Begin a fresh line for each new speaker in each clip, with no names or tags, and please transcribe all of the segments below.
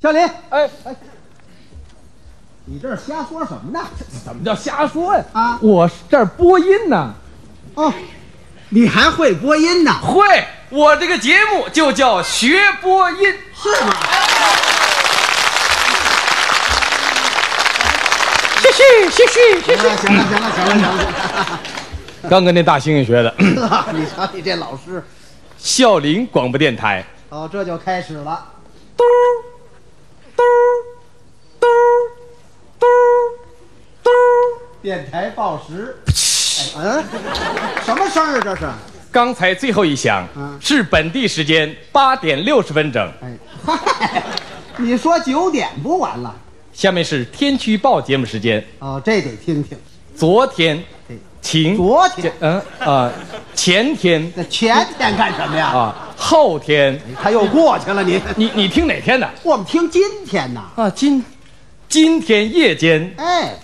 小李，
哎哎，
你这儿瞎说什么呢？
怎么叫瞎说呀？
啊
我是这儿播音呢。
哦，你还会播音呢？
会，我这个节目就叫学播音。
是吗？
谢谢谢谢谢
行了行了行了行了行了
谢。刚跟那大猩猩学的，
行 了，你瞧你这老师，
孝陵广播电台。
哦，这就开始了。
嘟嘟嘟嘟嘟。
电台报时，哎嗯，什么声儿这是？
刚才最后一响
嗯
是本地时间八点六十分整。
哎，嗨，你说九点不完了？
下面是天气预报节目时间。
哦，这得听听。
昨天
哎
晴，
昨天
嗯啊、前天
那前天干什么呀？
啊，后天，
他又过去了你，
你你听哪天的？
我们听今天呐。
啊，今今天夜间
哎，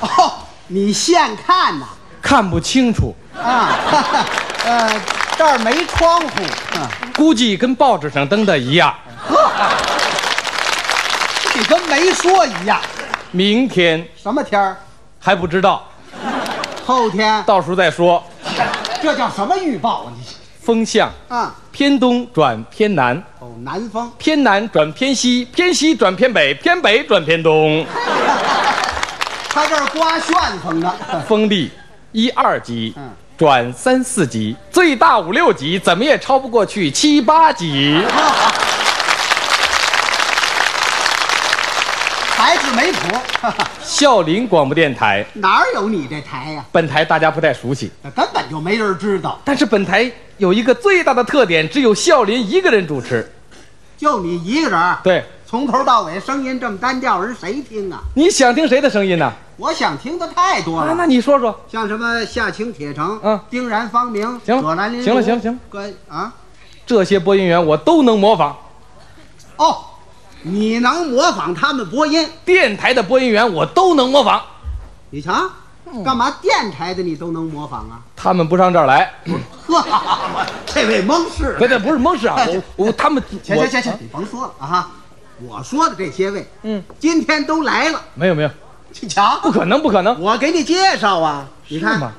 哦，你现看呐
看不清楚，
啊， 哈哈呃，这儿没窗户，嗯、
估计跟报纸上登的一样。
你跟没说一样。
明天
什么天儿？
还不知道，
后天？
到时候再说。
这叫什么预报啊？你
风向
啊，
偏东转偏南，
哦，南方。
偏南转偏西，偏西转偏北，偏北转偏东。
他这儿刮旋风呢。
风力一二级
嗯，
转三四级，最大五六级，怎么也超不过去七八级。
孩子没谱， 哈哈
孝陵广播电台，
哪儿有你这台呀、
本台大家不太熟悉，
根本就没人知道，
但是本台有一个最大的特点，只有孝林一个人主持。
就你一个人儿，
对，
从头到尾声音这么单调，人谁听啊？
你想听谁的声音呢？
我想听的太多
啊，
了，
那你说说。
像什么夏青铁城、
嗯
丁然方明、
行了
葛兰林如、
行了行了行了
关啊，
这些播音员我都能模仿，
哦，你能模仿他们播音？
电台的播音员我都能模仿。
你瞧，
嗯
干嘛电台的你都能模仿啊？
他们不上这儿来，
呵，这位蒙氏，
不对，不是 蒙氏啊，我我他们
行
我
行行行，你甭说了啊哈，我说的这些位，
嗯，
今天都来了，
没有没有，
你瞧，
不可能不可能，
我给你介绍啊，你
是
看
吗，？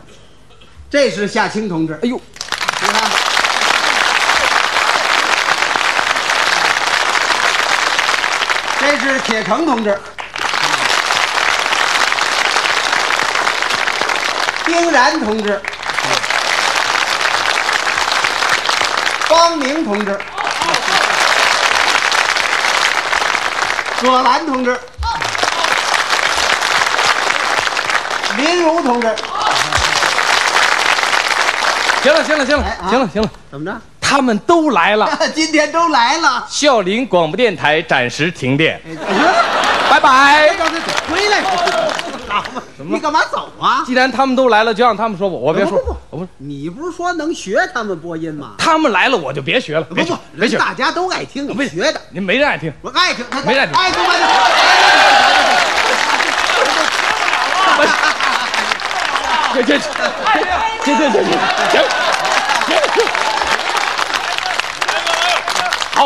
这是夏青同志，
哎呦，
你看，这是铁城同志，丁然同志，方明同志，葛兰同志，林如同志，
行了行了行了
哎啊
行了行了，
怎么着？
他们都来了。
今天都来了。
孝陵广播电台暂时停电，
哎 哎
拜拜。
让他走回来好嘛？你干嘛走啊？
既然他们都来了，就让他们说吧，我别说，
不不不
我不，
你不是说能学他们播音吗？
他们来了我就别学了，
不
别学
不，，
别
人
学，
大家都爱听，你学的。
您没人爱听。
我爱听，他
没人听
爱听吧？
这这这这这这这行行，好，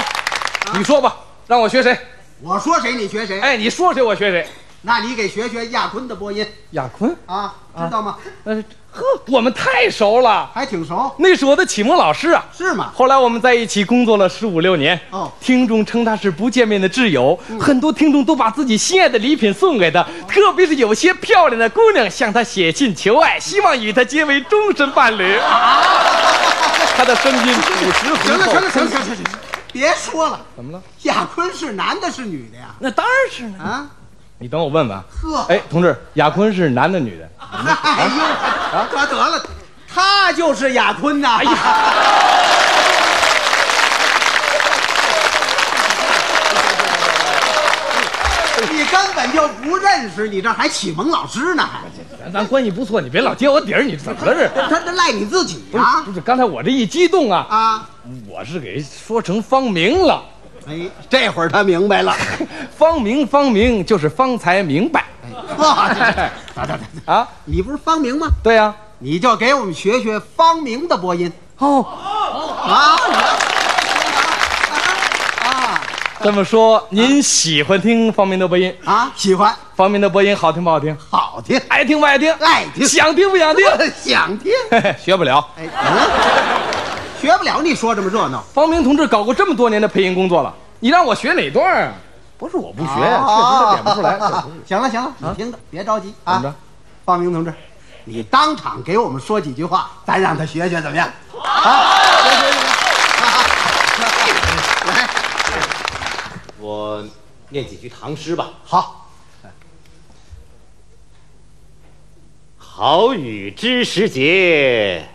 你说吧，让我学谁？
我说谁你学谁？
哎，你说谁我学谁？
那你给学学亚坤的播音
亚坤，
啊，知道吗？
呃，呵，我们太熟了，
还挺熟，
那是我的启蒙老师啊。
是吗？
后来我们在一起工作了十五六年，
哦
听众称他是不见面的挚友，很多听众都把自己心爱的礼品送给他，特别是有些漂亮的姑娘向他写信求爱，希望与他结为终身伴侣。他的声音朴实浑
行了
厚。
行了行了行了行了，别说了。
怎么了？
亚坤是男的，是女的呀？
那当然是呢。
啊，
你等我问问啊。
呵
哎，同志，亚坤是男的女的？
哎呦，得得了，他就是亚坤呐！哎呀， 你根本就不认识，你这还启蒙老师呢？还
咱咱关系不错，你别老揭我底儿，你怎么了这？
他这赖你自己
不是
啊
不是，刚才我这一激动啊，
啊！
我是给说成方明了。
哎，这会儿他明白了。
方明，方明就是方才明白
哇，这这这这
啊，
你不是方明吗？
对啊呀、
你就给我们学学方明的播音
哦，
啊！
这么说，您喜欢听方明德播音？
啊，喜欢，
方明德播音好听不好听？
好听，
爱听不爱听？
爱听
想听不想听？
想听。
嘿嘿，学不了。
哎，嗯，学不了你说这么热闹，
方明同志搞过这么多年的配音工作了，你让我学哪段啊？不是我不学，确实是点不出来。确实是啊
行了行了，你听着，别着急
怎么
啊
着。
方明同志，你当场给我们说几句话，咱让他学学怎么样？
我念几句唐诗吧。
好，
好雨知时节，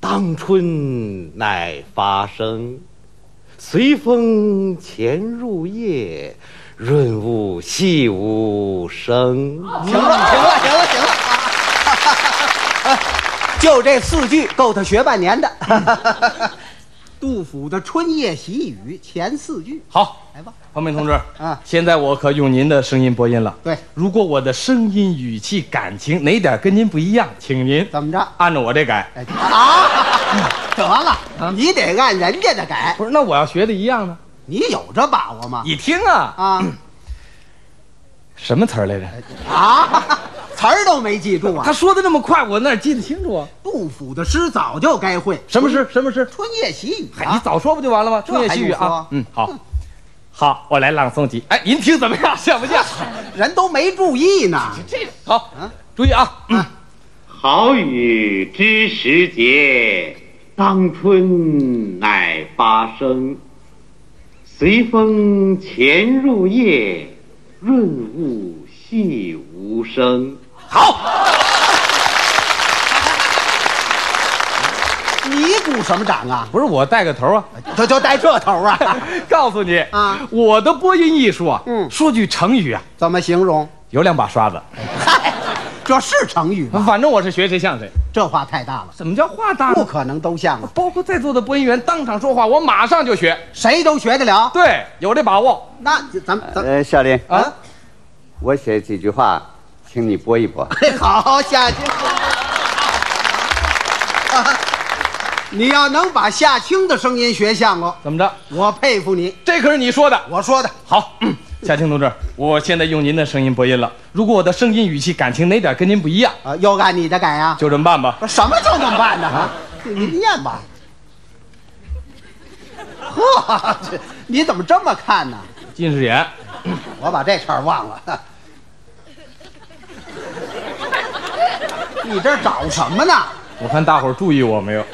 当春乃发生。随风潜入夜，润物细无声。
行啊
啊
了行了行了行了，就这四句够他学半年 的。杜甫的《春夜喜雨》前四句，
好，
来吧。
方明同志，
啊
现在我可用您的声音播音了。
对
如果我的声音、语气、感情哪点跟您不一样，请您
怎么着？
按照我这改。
哎啊，得了，你得按人家的改，
不是，那我要学的一样呢？
你有这把握吗？
你听啊，
啊
什么词儿来着？
啊，词儿都没记住
他
啊！
说的那么快，我哪记得清楚啊？
杜甫的诗早就该会，
什么诗？什么诗？
《春夜喜雨》
嗨，你
啊。
早说不就完了吗？
这
春夜细雨
还用
啊
说，
嗯，好，好，我来朗诵几，哎，您听怎么样？ 像不像？
人都没注意呢。
好，注意啊啊，嗯
好雨知时节，当春乃发生。随风潜入夜，润物细无声。
好，
你鼓什么掌啊？
不是我带个头啊。
这就带这头啊？
告诉你
啊
我的播音艺术啊，
嗯
说句成语啊，
怎么形容？
有两把刷子，
嗨，这是成语吗？
反正我是学谁像谁。
这话太大了，
怎么叫话大
不
呢？
可能都像啊，
包括在座的播音员当场说话，我马上就学。
谁都学得了。
对，有这把握
那咱们咱们
呃，小林，
啊。
我写几句话，请你播一播。
嘿 好下去。你要能把夏青的声音学像了，
怎么着？
我佩服你。
这可是你说的。
我说的
好，夏青同志，我现在用您的声音播音了。如果我的声音、语气、感情哪点跟您不一样，
啊，又按你的改啊？
就这么办吧。
不是什么就这么办呢？啊，你你念吧。呵，这你怎么这么看呢？
近视眼，
我把这茬儿忘了。你这儿找什么呢？
我看大伙儿注意我没有？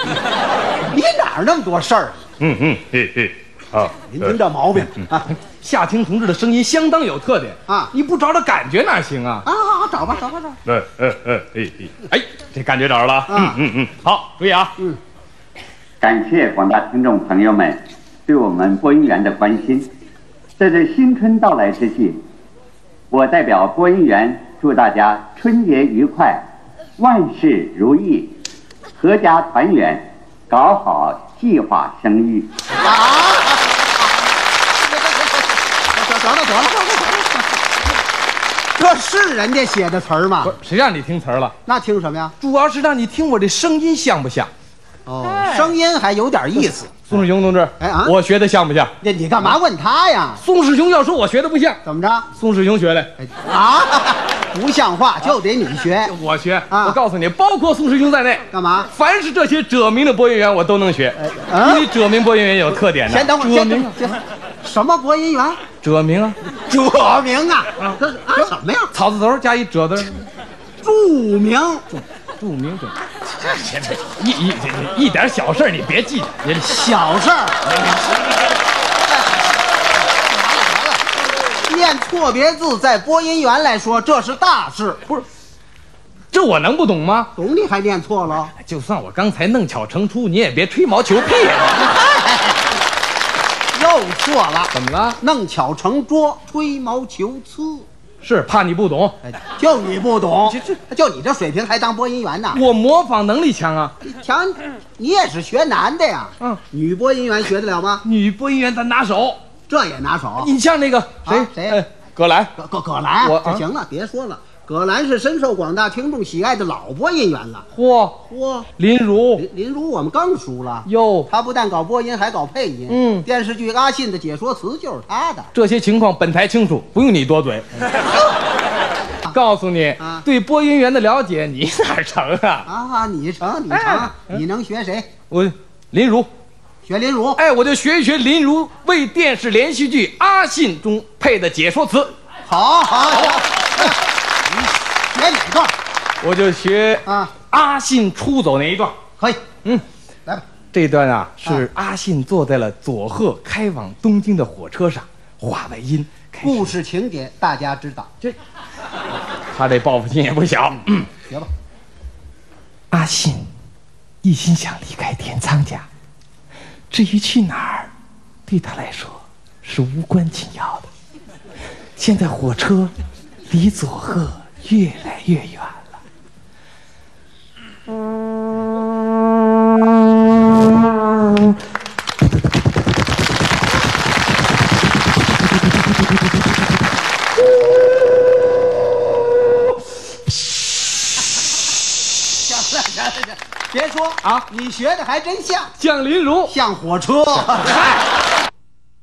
你哪儿那么多事儿啊？
嗯嗯，嘿嘿，好。
您您这毛病
嗯
啊
夏青同志的声音相当有特点
啊
你不找找感觉哪行啊？
啊！好好找吧，找吧，找吧。
嗯嗯嗯，哎哎，哎，这感觉找着了啊。嗯嗯嗯，好，注意啊。
感谢广大听众朋友们对我们播音员的关心。在这新春到来之际，我代表播音员祝大家春节愉快，万事如意，阖家团圆，搞好计划生育。
得得了得了，这是人家写的词儿吗
不？是，谁让你听词儿了？
那听什么呀？
主要是让你听我这声音像不像？
哦，声音还有点意 思。
宋世雄同志，
哎啊
我学的像不像？
那你干嘛问他呀？
宋世雄要说我学的不像，
怎么着？
宋世雄学的，
哎啊，不像话，就得你学。
我学。
啊
我告诉你，包括宋世雄在内，
干嘛？
凡是这些者名的播音员，我都能学。
啊
因为者名播音员有特点的。
先等会儿，
者
先
名
等
啊，
会儿。什么播音员？
者名啊，
著名啊，这是啊什么呀？
草字头加一者字儿，
著名，
著名者。一一一一点小事儿你别记着，你
小事儿。哎念错别字，在播音员来说，这是大事。
不是，这我能不懂吗？
懂你还念错了？
就算我刚才弄巧成拙，你也别吹毛求疵。
又错了。
怎么了？
弄巧成拙，吹毛求疵。
是怕你不懂，
哎，就你不懂，就你这水平还当播音员呢？
我模仿能力强啊。
瞧，你也是学男的呀？
嗯，
女播音员学得了吗？
女播音员咱拿手，
这也拿手？
你像那个谁
啊谁
哎葛兰，
葛葛葛兰，
我
这
啊
行了，别说了，葛兰是深受广大听众喜爱的老播音员了。
嚯，
哇，
林如
林林如我们更熟了，
哟，
他不但搞播音，还搞配音。
嗯
电视剧《阿信》的解说词就是他的。
这些情况本台清楚，不用你 多嘴。告诉你
啊，
对播音员的了解你哪儿成啊？
啊，你成，你成
哎，
你能学谁？
我林如，
学林如。
哎，我就学一学林如为电视连续剧《阿信》中配的解说词，
好好好，
哎
你学哪段
我就学
啊？
阿信出走那一段。
可以，
嗯，
来吧。
这段啊是阿信坐在了佐贺开往东京的火车上，话外音开始
故事情节大家知道，
他这报复心也不小。嗯
学吧。
阿信一心想离开田仓家，至于去哪儿，对他来说是无关紧要的。现在火车离佐贺越来越远了。
行了行了行了，别说
啊
你学的还真像，
蒋林如，
像火车。
嗨，